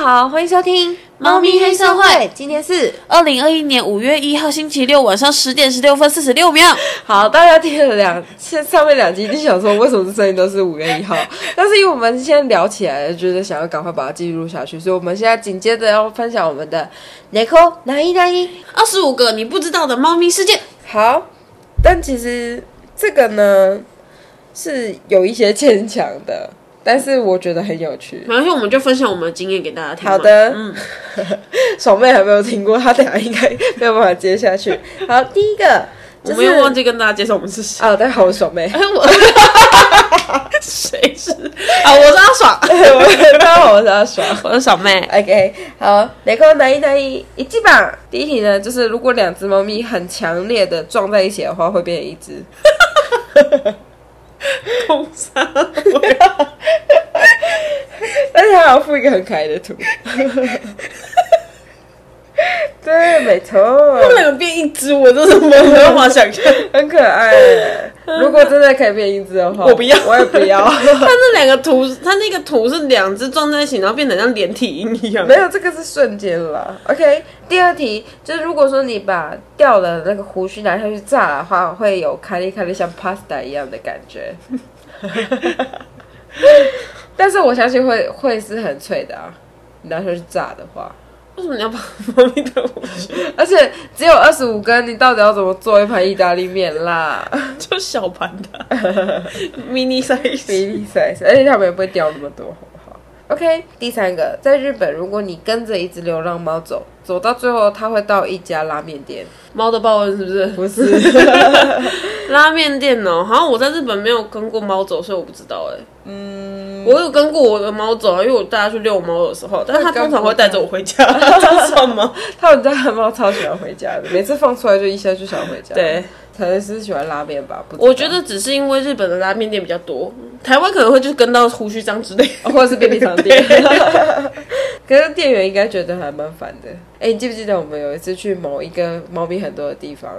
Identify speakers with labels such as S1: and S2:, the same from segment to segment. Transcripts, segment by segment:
S1: 好，欢迎收听《
S2: 猫咪黑社会》，
S1: 今天是
S2: 二零二一年五月一号星期六晚上十点十六分四十六秒。
S1: 好，大家听了两，现上面两集一定想说为什么这声音都是五月一号，但是因为我们现在聊起来了，觉得想要赶快把它记录下去，所以我们现在紧接着要分享我们的 Nico 男一男一。
S2: 二十五个你不知道的猫咪事件，
S1: 好，但其实这个呢是有一些牵强的，但是我觉得很有趣。
S2: 没关系，我们就分享我们的经验给大家听嘛。
S1: 好的
S2: 嗯，
S1: 爽妹还没有听过，她等下应该没有办法接下去。好，第一个
S2: 我
S1: 就是
S2: 们又忘记跟大家介绍我们是谁。
S1: 啊，大家好，我是爽妹。
S2: 哎， 我谁是 啊？ 我是阿爽，
S1: 大家好，我是阿爽。
S2: 我是爽妹。
S1: OK，好，雷克男一男一一记吧。第一题呢，就是如果两只猫咪很强烈的撞在一起的话，会变成一只。
S2: 空山，
S1: 但是它还要附一个很可爱的图。 对，没错，
S2: 他们两个变一只，我真的没有办法 想象。
S1: 很可爱。如果真的可以变一只的话，
S2: 我不要
S1: 我也不 要。
S2: 他那两个图，他那个图是两只撞在一起，然后变得像连体婴一样
S1: 没。有，这个是瞬间了。OK，第二题就是，如果说你把掉了那个胡须拿下去炸的话，会有咖喱咖喱像 pasta 一样的感觉。 但是我相信会会是很脆的啊，你拿下去炸的话，
S2: 为什么你要把猫咪的胡须？
S1: 而且只有二十五根，你到底要怎么做一盘意大利面啦？
S2: 就小盘的 mini size。
S1: 比例 size，而且他们也不会掉那么多，好不好？OK，第三个，在日本，如果你跟着一只流浪猫走，走到最后，它会到一家拉面店，
S2: 猫的报恩是不是？
S1: 不是。
S2: 拉面店哦，好像我在日本没有跟过猫走，所以我不知道哎。嗯，我有跟过我的猫走啊，因为我带它去遛猫的时候，但是它通常会带着我回家， 这算吗？
S1: 他们家的猫超喜欢回家的，每次放出来就一下就想回家。
S2: 对，
S1: 可能是喜欢拉面吧。不知道
S2: 我觉，得只是因为日本的拉面店比较多，台湾可能会就是跟到胡须章之类 的。
S1: 或者是便利商店。 可是店员应该觉得还蛮烦的。哎、你记不记得我们有一次去某一个猫咪很多的地方，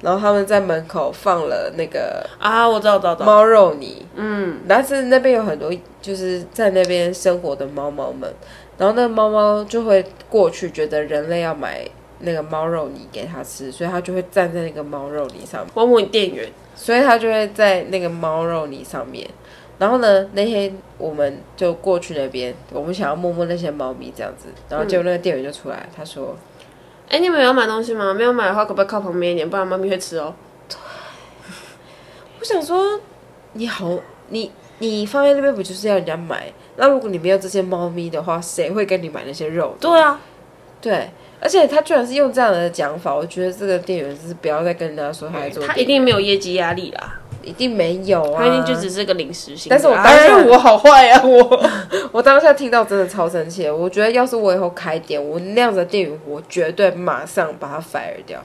S1: 然后他们在门口放了那个
S2: 啊，我知道，我知道，我知道。
S1: 猫肉泥，
S2: 嗯，
S1: 但是那边有很多就是在那边生活的猫猫们，然后那个猫猫就会过去，觉得人类要买那个猫肉泥给它吃，所以它就会站在那个猫肉泥上面。
S2: 我问店员，
S1: 所以它就会在那个猫肉泥上面。然后呢，那天我们就过去那边，我们想要摸摸那些猫咪这样子，然
S2: 嗯
S1: 后结果那个店员就出来，他说
S2: 哎，你们有要买东西吗？没有买的话，可不可以靠旁边一点，不然猫咪会吃哦。：“
S1: 我想说，你好，你你放在那边不就是要人家买？那如果你没有这些猫咪的话，谁会跟你买那些肉？
S2: 对啊，
S1: 对，而且他居然是用这样的讲法，我觉得这个店员就是不要再跟人家说他在做
S2: 哎它
S1: 店员，
S2: 一定没有业绩压力啦。
S1: 一定没有啊，
S2: 他一定就只是个临时性的。
S1: 但是我当
S2: 哎
S1: 然
S2: 我好坏啊，我
S1: 我当下听到真的超生气的，我觉得要是我以后开店，我那样子的店员，我绝对马上把它 fire 掉。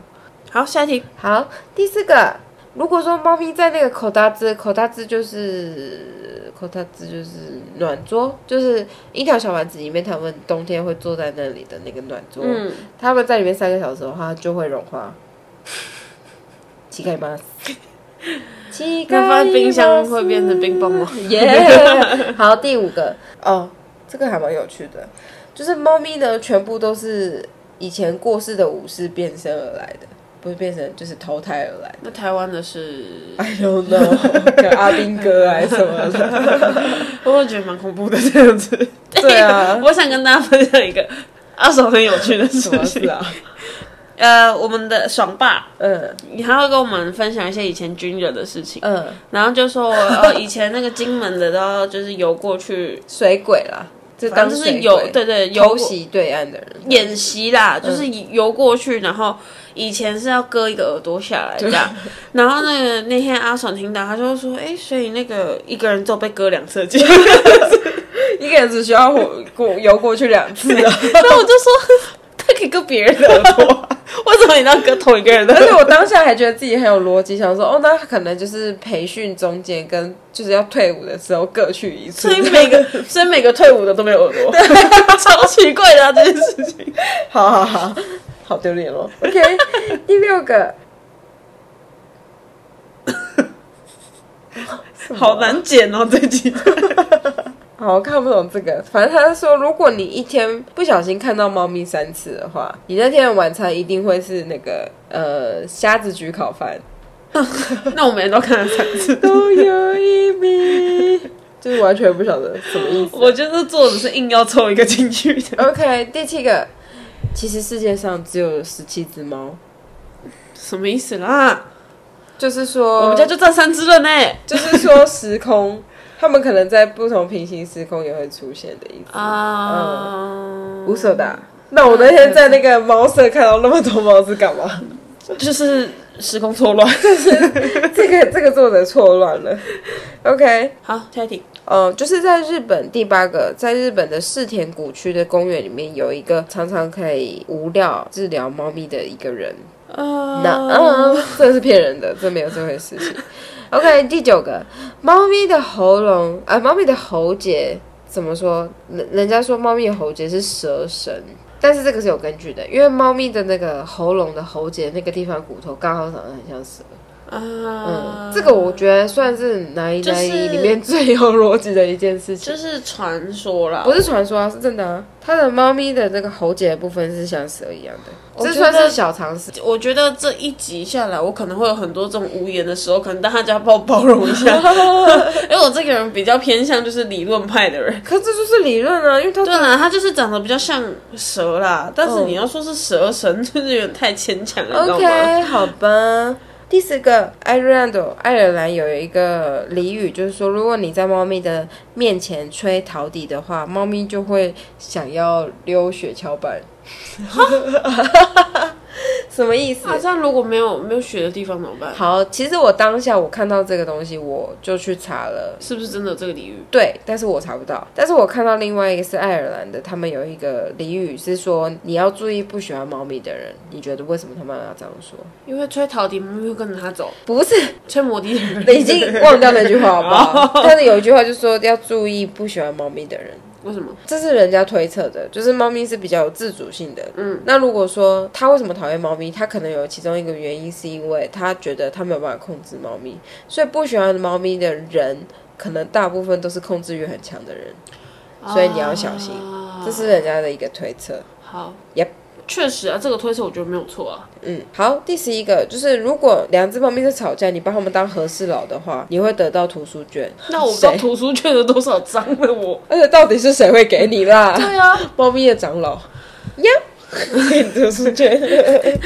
S2: 好下一题。
S1: 好，第四个，如果说猫咪在那个口大兹，口大兹就是口大兹就是暖桌，就是樱桃小丸子里面他们冬天会坐在那里的那个暖桌，
S2: 嗯，
S1: 他们在里面三个小时的话就会融 化。乞丐吗？乞丐
S2: 那放在冰箱会变成冰棒吗？
S1: 耶、好，第五个哦，这个还蛮有趣的，就是猫咪呢，全部都是以前过世的武士变身而来的，不是变身就是投胎而来的。
S2: 那台湾的 是，
S1: I don't know，跟阿兵哥还是什么的。
S2: 我会觉得蛮恐怖的 这样子。，
S1: 对啊
S2: 我想跟大家分享一个二手很有趣的事
S1: 什么事
S2: 情。
S1: 啊？
S2: 呃，我们的爽爸，
S1: 嗯
S2: 他会跟我们分享一些以前军人的事情，
S1: 嗯，
S2: 然后就说，呃，以前那个金门的都要就是游过去，
S1: 水鬼啦，就
S2: 反
S1: 当
S2: 正就是
S1: 水
S2: 游，
S1: 鬼
S2: 对对，游
S1: 偷
S2: 过
S1: 袭对岸的人。
S2: 演习啦，就是游过去，然后以前是要割一个耳朵下来这样，然后那个那天阿爽听到，他就说，哎、所以那个一个人只有被割两次的经 验，
S1: 一个人只需要火过游过去两次啊。
S2: 那我就说他可以割别人的耳朵 啊，为什么你要割同一个人的
S1: 而
S2: 耳
S1: 且
S2: 朵？
S1: 我当下还觉得自己很有逻辑，想说哦，那可能就是培训中间跟就是要退伍的时候各去一次
S2: 所，以每个，所以每个退伍的都没有耳朵，超奇怪的、啊、这件 事情。
S1: 好好好，好丢脸哦。OK，第六个，
S2: 好难剪哦，这集。
S1: 好，我看不懂这个。反正他说，如果你一天不小心看到猫咪三次的话，你那天的晚餐一定会是那个呃虾子焗烤饭。
S2: 那我每天都看了三次，
S1: 都有一米，就是完全不晓得什么意思。
S2: 我觉得作者是硬要凑一个进去 的。
S1: OK，第七个，其实世界上只有十七只猫，
S2: 什么意思啦？
S1: 就是说，
S2: 我们家就占三只了呢。
S1: 就是说时 空，他们可能在不同平行时空也会出现的意思。
S2: 嗯啊，
S1: 无所的。那我那天在那个猫舍看到那么多猫是干 嘛？
S2: 就是时空错乱。
S1: 这个这个作者错乱了。OK，
S2: 好，下一题。
S1: 嗯，就是在日本第八个，在日本的世田谷区的公园里面有一个常常可以无聊治疗猫咪的一个人。那
S2: 啊，
S1: 嗯， 这是骗人的，这没有这回事情。OK，第九个，猫咪的喉咙啊、猫咪的喉结怎么说？人人家说猫咪的喉结是蛇神，但是这个是有根据的，因为猫咪的那个喉咙的喉结那个地方骨头刚好长得很像蛇。
S2: 啊
S1: 嗯，这个我觉得算是哪一
S2: 就
S1: 哪一
S2: 是
S1: 里面最有逻辑的一件事 情。
S2: 就是传说啦
S1: 不。是传说啊，是真的啊！它的猫咪的那个喉结的部分是像蛇一样的，
S2: 我
S1: 这
S2: 觉
S1: 算
S2: 得
S1: 是小常识。
S2: 我觉得这一集下来，我可能会有很多这种无言的时候，可能大家帮我包容一 下，因为我这个人比较偏向就是理论派的人。
S1: 可这就是理论啊，因为它
S2: 对啦，他就是长得比较像蛇啦，但是
S1: 嗯
S2: 你要说是蛇神，就是有点太牵强了，你知道吗？
S1: OK，好吧。第四个，爱尔兰的爱尔兰有一个俚语，就是说，如果你在猫咪的面前吹陶笛的话，猫咪就会想要溜雪橇板。 什么意思？
S2: 啊，这样如果没有没有雪的地方怎么办？
S1: 好，其实我当下我看到这个东西，我就去查了。
S2: 是不是真的有这个俚语？
S1: 对，但是我查不到。但是我看到另外一个是爱尔兰的，他们有一个俚语是说，你要注意不喜欢猫咪的人。你觉得为什么他们要这样说？
S2: 因为吹陶笛，猫咪会跟着他走；
S1: 不是，
S2: 吹魔笛，
S1: 已经忘掉那句话好不好？但是有一句话就说要注意不喜欢猫咪的人，
S2: 为什么？
S1: 这是人家推测的，就是猫咪是比较有自主性的。嗯，那如果说他为什么讨厌猫咪，他可能有其中一个原因是因为他觉得他没有办法控制猫咪，所以不喜欢猫咪的人，可能大部分都是控制欲很强的人，所以你要小心。
S2: 啊
S1: 这是人家的一个推测。
S2: 好
S1: Yep
S2: 确实啊，这个推测我觉得没有错 啊。
S1: 嗯，好，第十一个就是，如果两只猫咪在吵架，你把它们当和事佬的话，你会得到图书券。
S2: 那我不知道
S1: 谁
S2: 图书券有多少张了我。
S1: 而且哎到底是谁会给你啦？
S2: 对啊，
S1: 猫咪的长老呀，图书 券，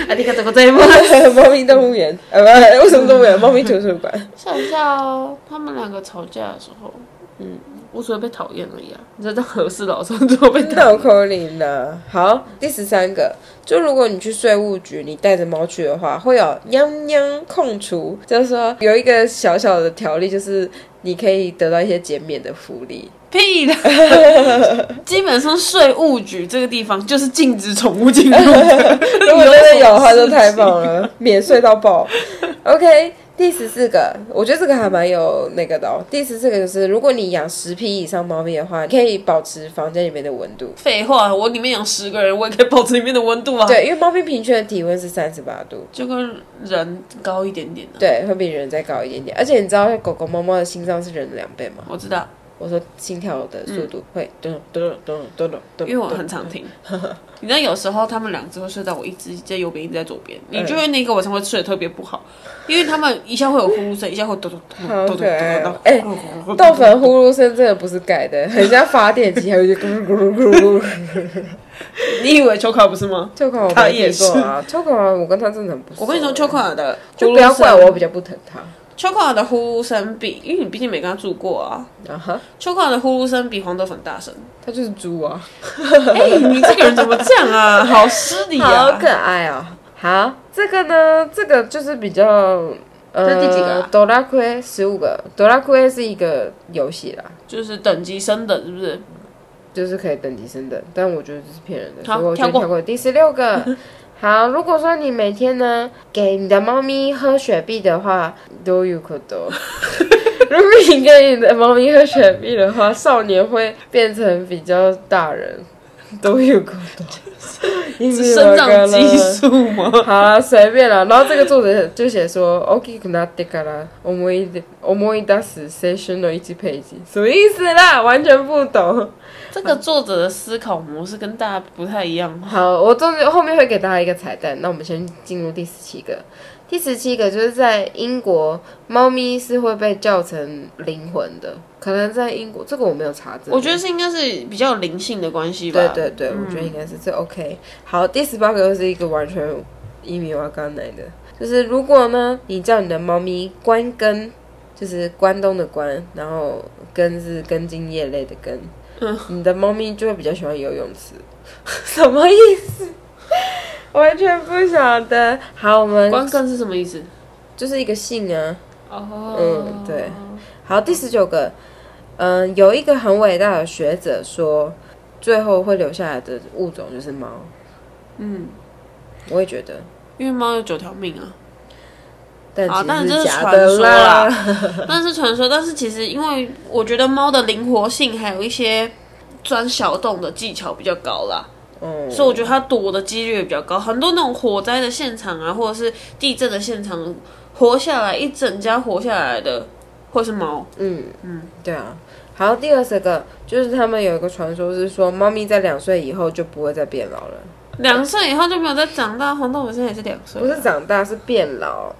S2: 啊，你看怎么这一幕？
S1: 猫咪动物园，呃，不为什么动物园？猫咪图书 馆。
S2: 想一下哦，他们两个吵架的时候，嗯，我只会被讨厌而已啊。你知道何事老师最后被讨
S1: 闹口令呢？好，第十三个，就如果你去税务局，你带着猫去的话，会有“泱泱控除”，就是说有一个小小的条例，就是你可以得到一些减免的福利。
S2: 屁的。 基本上税务局这个地方就是禁止宠物 进入的。
S1: 如果真的有的话，就
S2: 有什么事情
S1: 太棒了，免税到爆。OK，第十四个，我觉得这个还蛮有那个的哦。第十四个就是，如果你养十匹以上猫咪的话，你可以保持房间里面的温度。
S2: 废话，我里面养十个人，我也可以保持里面的温度啊。，
S1: 对，因为猫咪平均的体温是三十八度，
S2: 就跟人高一点啊点的、
S1: 对，会比人再高一点点。而且你知道狗狗、猫猫的心脏是人的两倍吗？
S2: 我知道，
S1: 我说心跳的速度会咚咚咚咚咚咚，
S2: 嗯因为我很常听。你知道有时候他们两只会睡到我一只在右边，一只在左边，你就会那个晚上会睡得特别不好，因为他们一下会有呼噜声，一下会咚咚咚咚咚咚咚。
S1: 哎，豆粉呼噜声真的不是改的，很像发电机，还有一些咕噜咕 噜咕噜咕噜。
S2: 你以为秋卡不是吗？
S1: 秋款我
S2: 他
S1: 没
S2: 也
S1: 听过啊，秋款我跟他真的很不熟。
S2: 我跟你说，秋卡的
S1: 就不要怪
S2: 呼噜
S1: 我
S2: 声
S1: 比较不疼他
S2: 秋卡的呼噜声比，因为你毕竟没跟他住过啊。
S1: 啊哈，
S2: 秋卡的呼噜声比黄豆粉大声。
S1: 他就是猪啊，
S2: 哎、你这个人怎么这样啊？好失礼啊！
S1: 好可爱啊、好，这个呢，这个就是比较。
S2: 这
S1: 呃，
S2: 第几个啊
S1: 哆啦 A 十五个，哆啦 A 是一个游戏啦，
S2: 就是等级升等，是不是？
S1: 就是可以等级升等，但我觉得这是骗人的，所
S2: 好
S1: 以我就
S2: 跳过
S1: 跳过第十六 个。好，如果说你每天呢给你的猫咪喝雪碧的话，都有可 多。如果你给你的猫咪喝雪碧的话，少年会变成比较大人。都有过的， 因
S2: 是生长激素吗？
S1: 好了，随便了。然后这个作者就写说，OK，那得噶啦，我们一我们一打死 session 的一级配置，什么意思啦？完全不懂。
S2: 这个作者的思考模式跟大家不太一样。
S1: 好，我中间后面会给大家一个彩蛋。那我们先进入第十七个。第十七个就是在英国，猫咪是会被叫成灵魂的，可能在英国这个我没有查证。
S2: 我觉得是应该是比较有灵性的关系吧。嗯
S1: 对对对，我觉得应该是这 OK。好，第十八个又是一个完全一米瓦刚来的，就是如果呢，你叫你的猫咪关根，就是关东的关，然后根是根茎叶类的根，
S2: 嗯
S1: 你的猫咪就会比较喜欢游泳池， 什么意思？ 完全不晓得。好，我们
S2: 关更是什么意思？
S1: 就是一个姓啊。
S2: 哦
S1: 嗯对。好，第十九个，嗯，有一个很伟大的学者说，最后会留下来的物种就是猫。
S2: 嗯，
S1: 我也觉得，
S2: 因为猫有九条命啊，
S1: 但
S2: 啊当然
S1: 其
S2: 这
S1: 实
S2: 是
S1: 假
S2: 传
S1: 的
S2: 说
S1: 啦。
S2: 但是传说，但是其实因为我觉得猫的灵活性还有一些钻小洞的技巧比较高啦，
S1: 嗯，
S2: 所以我觉得它躲的几率也比较高。很多那种火灾的现场啊，或者是地震的现场，活下来一整家活下来的，或是猫。
S1: 嗯嗯，对啊。好，第二十个就是他们有一个传说是说，猫咪在两岁以后就不会再变老了，
S2: 两岁以后就没有再长大，黄豆本身也是两岁啊，
S1: 不是长大是变老。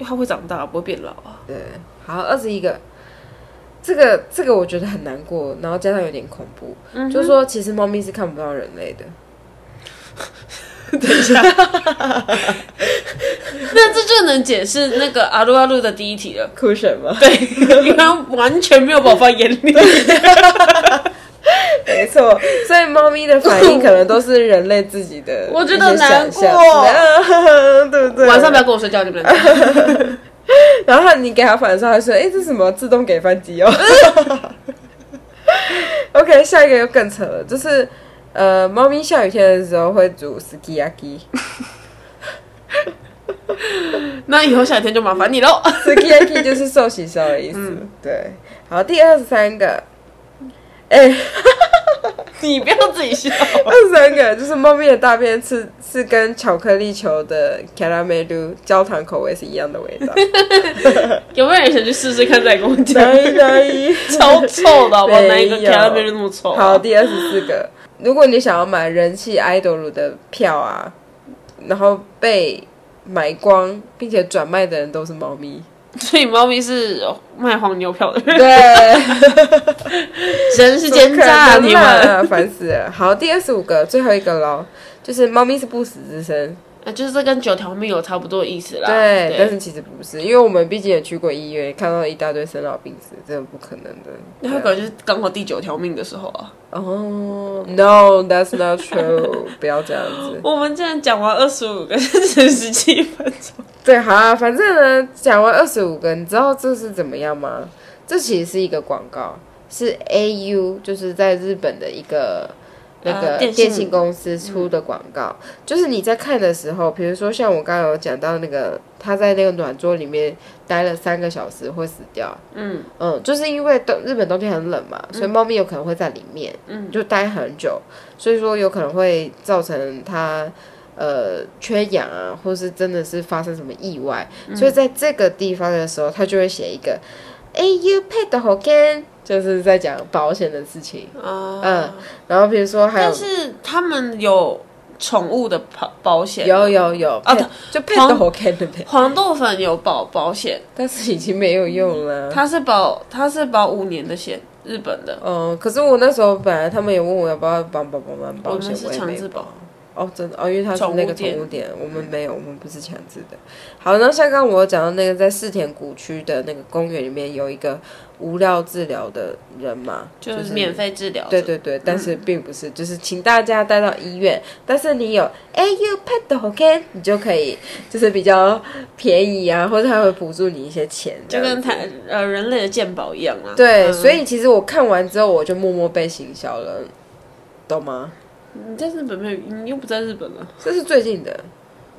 S2: 它会长大，不会变老啊。
S1: 对，好，二十一个。这个这个我觉得很难过，然后加上有点恐怖，
S2: 嗯
S1: 就是说其实猫咪是看不到人类的，
S2: 那这就能解释那个阿鲁阿鲁的第一题了，
S1: 哭什 么？对，
S2: 因为它完全没有把我放眼 里。
S1: 没错，所以猫咪的反应可能都是人类自己的
S2: 我觉得
S1: 一些想象
S2: 难过
S1: 之类的 对不对？
S2: 晚上不要跟我睡觉，你们两个。
S1: 然后你给它反的时候，它说：“哎、这是什么自动给翻机哦。” OK，下一个又更扯了，就是呃，猫咪下雨天的时候会煮 sukiyaki。
S2: 那以后夏天就麻烦你喽。
S1: Sukiyaki 就是寿喜烧的意思。
S2: 嗯
S1: 对，好，第二十三个，哎、
S2: 你不要自己笑。
S1: 二十三个就是猫咪的大便是是跟巧克力球的 caramel 焦糖口味是一样的味道。
S2: 有没有人想去试试看再跟我讲？
S1: 哪一哪一？
S2: 超臭的，好不好？
S1: 没有
S2: 哪一个 c a r a m e 那么 臭、
S1: 好，，第二十四个，如果你想要买人气 idol 的票啊，然后被买光并且转卖的人都是猫 咪。
S2: 所以猫咪是卖黄牛票的人，
S1: 对。
S2: 人是奸诈，
S1: 不可能
S2: 啊你们。
S1: 啦烦死了。好，第二十五个，最后一个喽，就是猫咪是不死之身，
S2: 啊，就是这跟九条命有差不多的意思啦。
S1: 对，但是其实不是，因为我们毕竟也去过医院，看到一大堆生老病死，这个不可能的。
S2: 那有可能就是刚好第九条命的时候啊。
S1: 哦、n o that's not true，不要这样子。
S2: 我们竟然讲完二十五个， 是十七分钟。
S1: 对，好啊，反正呢，讲完二十五个，你知道这是怎么样吗？这其实是一个广告，是 AU，就是在日本的一个那个
S2: 呃电信
S1: 电信公司出的广告。就是你在看的时候，比如说像我刚刚有讲到那个，他在那个暖桌里面待了三个小时会死掉。
S2: 嗯
S1: 嗯，就是因为冬日本冬天很冷嘛，所以猫咪有可能会在里面，
S2: 嗯
S1: 就待很久，所以说有可能会造成它呃缺氧啊，或是真的是发生什么意外，所
S2: 嗯
S1: 以在这个地方的时候，它就会写一个 A U pet 的 h o 就是在讲保险的事情，
S2: 啊，
S1: 嗯，然后比如说还有
S2: 但是他们有宠物的保保险，
S1: 有有有
S2: 啊
S1: pet- 就 pet 的 h o 的呗，
S2: 黄豆粉有保保险，
S1: 但是已经没有用了。
S2: 它是保它是保五年的险，日本的。
S1: 嗯，可是我那时候本来他们也问我要不要帮帮帮帮
S2: 我
S1: 保
S2: 们
S1: 险，
S2: 是
S1: 我也
S2: 强
S1: 没
S2: 制
S1: 帮
S2: 保。
S1: 哦，真的哦，因为它是
S2: 宠物
S1: 那个宠物店，我们没有，我们不是强制的。好，然后像刚刚我有讲到那个在世田谷区的那个公园里面有一个无料治疗的人嘛，就
S2: 就是嗯免费治疗。
S1: 对对对，但是并不是，就是请大家带到医院，但是你有 AU Pet 的 OK，你就可以就是比较便宜啊，或者他会补助你一些钱这
S2: 就
S1: 样子，
S2: 跟台呃人类的鉴宝一样啊。
S1: 对，
S2: 嗯
S1: 所以其实我看完之后我就默默被行销了，懂吗？
S2: 嗯你在日本没有，你又不在日本了。
S1: 这是最近的，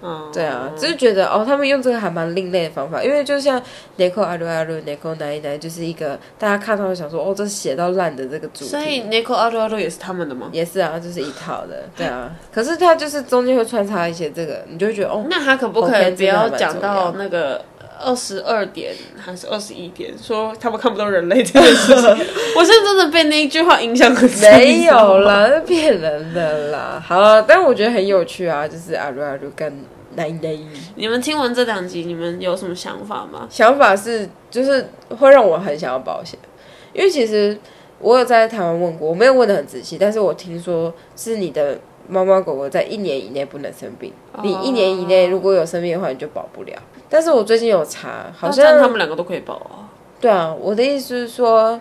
S2: 嗯，
S1: 对啊，只是觉得哦，他们用这个还蛮另类的方法，因为就像 Neko 阿鲁阿鲁 Neko 奶一奶，就是一个大家看到会想说哦，这写到烂的这个主题，
S2: 所以 Nico a r o a 也是他们的吗？
S1: 也是啊，就是一套的，对啊。可是他就是中间会穿插一些这个，你就会觉得哦，
S2: 那他可不可
S1: OK，
S2: 以不
S1: 这个还
S2: 要
S1: 蛮
S2: 讲
S1: 重
S2: 到
S1: 要
S2: 那个二十二点还是二十一点，说他们看不到人类这件事情？ 我是真的被那一句话影响很深。
S1: 没有 啦，那骗人的啦。好啊，但我觉得很有趣啊，就是阿鲁阿鲁跟奶奶。
S2: 你们听完这两集，你们有什么想法吗？
S1: 想法是，就是会让我很想要保险，因为其实我有在台湾问过，我没有问的很仔细，但是我听说是你的猫猫狗狗在一年以内不能生病，你一年以内如果有生病的话，你就保不了。但是我最近有查，好
S2: 那哦这样
S1: 像
S2: 他们两个都可以报啊。
S1: 对啊，我的意思是说，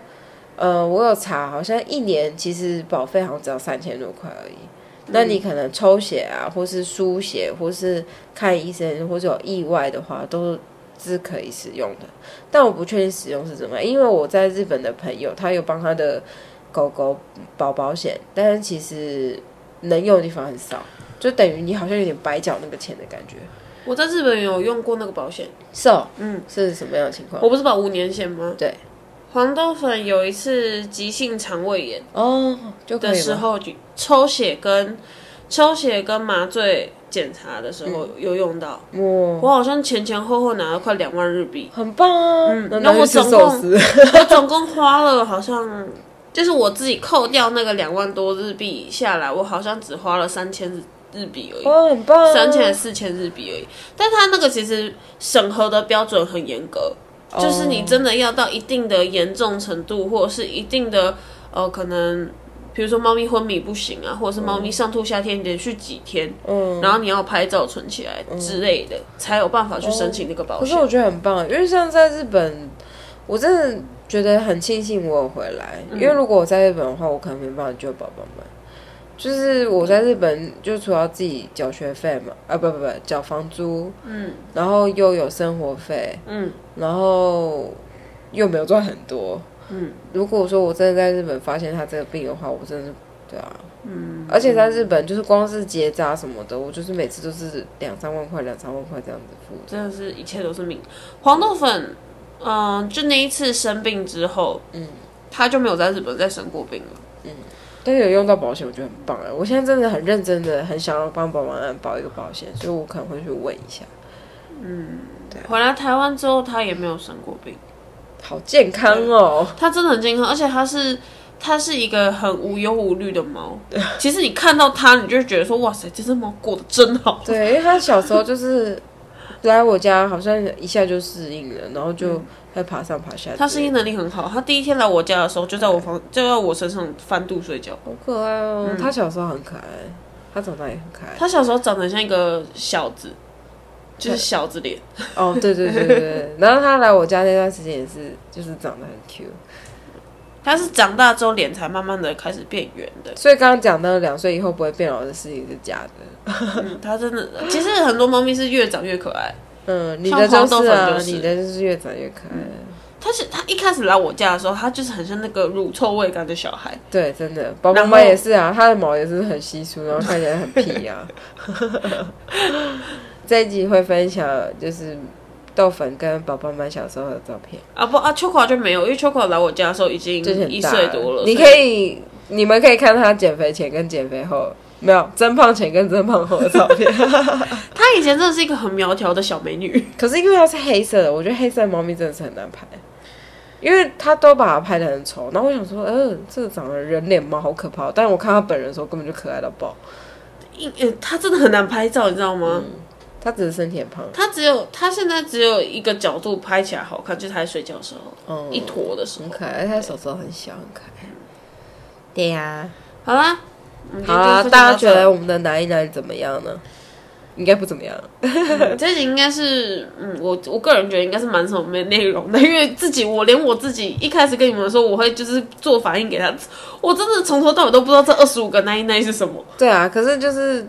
S1: 呃，我有查，好像一年其实保费好像只要三千多块而已。
S2: 嗯
S1: 那你可能抽血啊，或是输血，或是看医生，或者有意外的话，都是可以使用的。但我不确定使用是怎么样，因为我在日本的朋友，他有帮他的狗狗保保险，但是其实能用的地方很少，就等于你好像有点白缴那个钱的感觉。
S2: 我在日本有用过那个保险，
S1: 是哦，
S2: 嗯，
S1: 是什么样的情况？
S2: 我不是保五年险吗？
S1: 对，
S2: 黄豆粉有一次急性肠胃炎
S1: 哦，就可
S2: 的
S1: 以
S2: 时
S1: 吗？
S2: 候，就抽血跟抽血跟麻醉检查的时候有用到。
S1: 哇
S2: 我好像前前后后拿了快两万日 币，
S1: 很棒啊！
S2: 那
S1: 拿去
S2: 我
S1: 吃
S2: 总
S1: 寿
S2: 共
S1: 司
S2: 我总共花了好像就是我自己扣掉那个两万多日币下来，我好像只花了三千日币而已。
S1: 哇，很棒、啊！
S2: 三千还是四千日币而已。但他那个其实审核的标准很严格，就是你真的要到一定的严重程度，或者是一定的呃，可能比如说猫咪昏迷不行啊，或者是猫咪上吐下泻连续几天，
S1: 嗯，
S2: 然后你要拍照存起来之类的，才有办法去申请那个保
S1: 可是
S2: 险。
S1: 我觉得很棒，因为像在日本，我真的觉得很庆幸我有回来，因为如果我在日本的话，我可能没办法救宝宝们。就是我在日本，就除了自己缴学费嘛，啊不不不，缴房租，
S2: 嗯
S1: 然后又有生活费，
S2: 嗯，
S1: 然后又没有赚很多，
S2: 嗯，
S1: 如果说我真的在日本发现他这个病的话，我真的是对啊，嗯，而且在日本就是光是结扎什么的，我就是每次都是两三万块、两三万块这样子付的，
S2: 真的是一切都是命。黄豆粉，嗯、就那一次生病之后，嗯，他就没有在日本再生过病了。
S1: 但是有用到保险，我觉得很棒啊！我现在真的很认真的，很想要帮宝宝们保一个保险，所以我可能会去问一下。
S2: 回来台湾之后，他也没有生过病。
S1: 好健康哦，
S2: 它真的很健康，而且它是它是一个很无忧无虑的猫。其实你看到它，你就会觉得说，哇塞，这只猫过得真好。
S1: 对，因为他小时候就是来我家，好像一下就适应了，然后就会爬上爬下之类的，
S2: 它适应能力很好，它第一天来我家的时候，就在我房就在我身上翻肚睡觉。
S1: 好可爱
S2: 嗯
S1: 哦，他小时候很可爱，他长大也很可爱。
S2: 它小时候长得像一个小子，就是小子脸。
S1: 哦，对对对对对，然后他来我家那段时间也是，就是长得很 Q，
S2: 它是长大之后脸才慢慢的开始变圆 的。
S1: 所以刚刚讲到两岁以后不会变老的事情是假的。
S2: 嗯，它真的，其实很多猫咪是越长越可爱。
S1: 嗯，你的就是
S2: 像黄豆粉
S1: 啊，
S2: 就是嗯
S1: 你的就是越长越可爱。
S2: 它是它一开始来我家的时候，它就是很像那个乳臭未干的小孩。
S1: 对，真的，宝宝
S2: 然后
S1: 们也是啊，它的毛也是很稀疏，然后看起来很皮啊。 这一集会分享就是豆粉跟宝宝们小时候的照片，
S2: 啊不啊，秋口就没有，因为秋口来我家的时候已经
S1: 就是很
S2: 一
S1: 大
S2: 岁多了。
S1: 你
S2: 所
S1: 可以，你们可以看他减肥前跟减肥后，没有增胖前跟增胖后的照 片。
S2: 她以前真的是一个很苗条的小 美女，
S1: 可是因为它是黑色的，我觉得黑色的猫咪真的是很难拍，因为它都把它拍的很丑。然后我想说，嗯、这个长得人脸猫好可怕哦，但是我看它本人的时候根本就可爱到爆，
S2: 一呃她真的很难拍照，你知道吗？
S1: 嗯它只是身体很胖。
S2: 她只有她现在只有一个角度拍起来好看，就是她在睡觉的时候，
S1: 嗯，
S2: 一坨的时候
S1: 很。可爱，而且它手手很小，很可爱。对呀、
S2: 好啦，我们今
S1: 好
S2: 天就
S1: 啊，
S2: 分享
S1: 大家
S2: 到
S1: 觉
S2: 这
S1: 得我们的哪一哪里怎么样呢？应该不怎么样。
S2: 嗯 这集应该是，嗯，我我个人觉得应该是蛮什么内容的，因为自己我连我自己一开始跟你们说我会就是做反应给她，我真的从头到尾都不知道这二十五个那一那是什么。
S1: 对啊，可是就是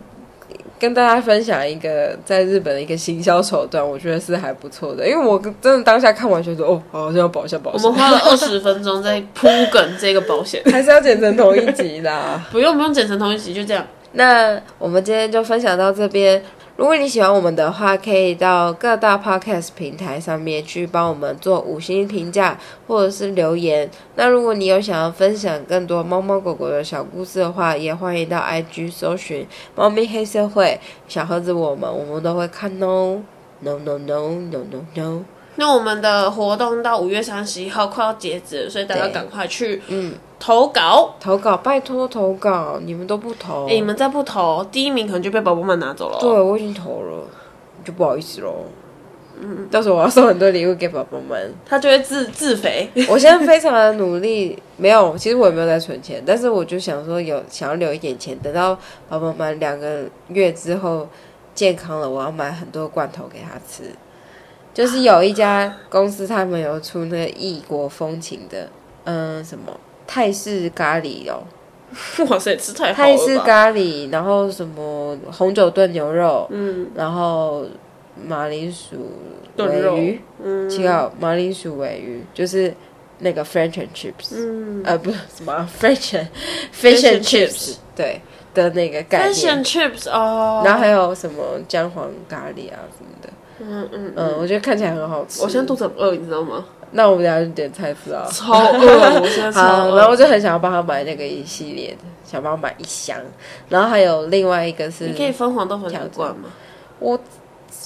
S1: 跟大家分享一个在日本的一个行销手段，我觉得是还不错的。因为我真的当下看完觉得哦，好像要保一下保
S2: 我
S1: 险
S2: 们，花了二十分钟在铺梗这个保险。
S1: 还是要剪成同一集啦。
S2: 不用不用剪成同一集，就这样。
S1: 那我们今天就分享到这边。如果你喜欢我们的话，可以到各大 podcast 平台上面去帮我们做五星评价或者是留言。那如果你有想要分享更多猫猫狗狗的小故事的话，也欢迎到 IG 搜寻“猫咪黑社会”，小盒子我们我们都会看哦。No no no no no no，
S2: 那我们的活动到五月三十一号快要截止了，所以大家
S1: 对
S2: 赶快去
S1: 嗯，
S2: 投稿。
S1: 投稿拜托投稿，你们都不投，
S2: 哎、你们再不投，第一名可能就被宝宝们拿走了哦。
S1: 哦对我已经投了，就不好意思喽。嗯，到时候我要送很多礼物给宝宝们。
S2: 他就会自自肥。
S1: 我现在非常的努力，没有，其实我也没有在存钱，但是我就想说有想要留一点钱，等到宝宝们两个月之后健康了，我要买很多罐头给他吃。就是有一家公司，他们有出那个异国风情的，嗯，什么泰式咖喱哦，
S2: 哇塞，吃太好
S1: 泰式
S2: 了吧！
S1: 咖喱，然后什么红酒炖牛肉，
S2: 嗯
S1: 然后马铃薯
S2: 炖肉
S1: 尾鱼，
S2: 嗯
S1: 七号马铃薯尾鱼，就是那个 French and chips，、
S2: 嗯
S1: 呃，不是什么啊 French and fish and
S2: and
S1: chips 对的那个概
S2: ，fish
S1: 念。
S2: and chips 哦。
S1: 然后还有什么姜黄咖喱啊什么的，
S2: 嗯嗯
S1: 嗯，我觉得看起来很好吃。
S2: 我现在肚子很饿，你知道吗？
S1: 那我们等一下就点菜吃啊。
S2: 超饿，我现在超
S1: 好，
S2: 饿。
S1: 然后我就很想要帮他买那个一系列的，想帮他买一箱。然后还有另外一个是，
S2: 你可以分黄豆粉两罐吗？
S1: 我之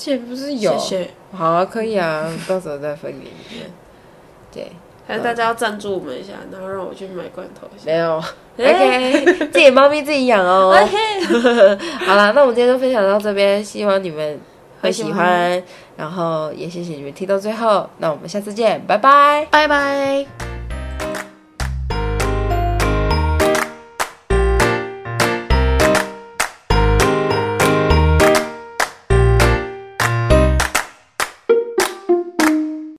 S1: 前不是有，
S2: 谢谢。
S1: 好啊，可以啊， 到时候再分给你们。对，
S2: 还是大家要赞助我们一下，然后让我去买罐头。
S1: 没有。
S2: 哎
S1: OK，自己猫咪自己养 哦。
S2: OK，
S1: 好了，那我们今天就分享到这边，希望你们会喜
S2: 会喜欢
S1: 欢，然后也谢谢你们听到最后，那我们下次见，拜拜。
S2: 拜拜。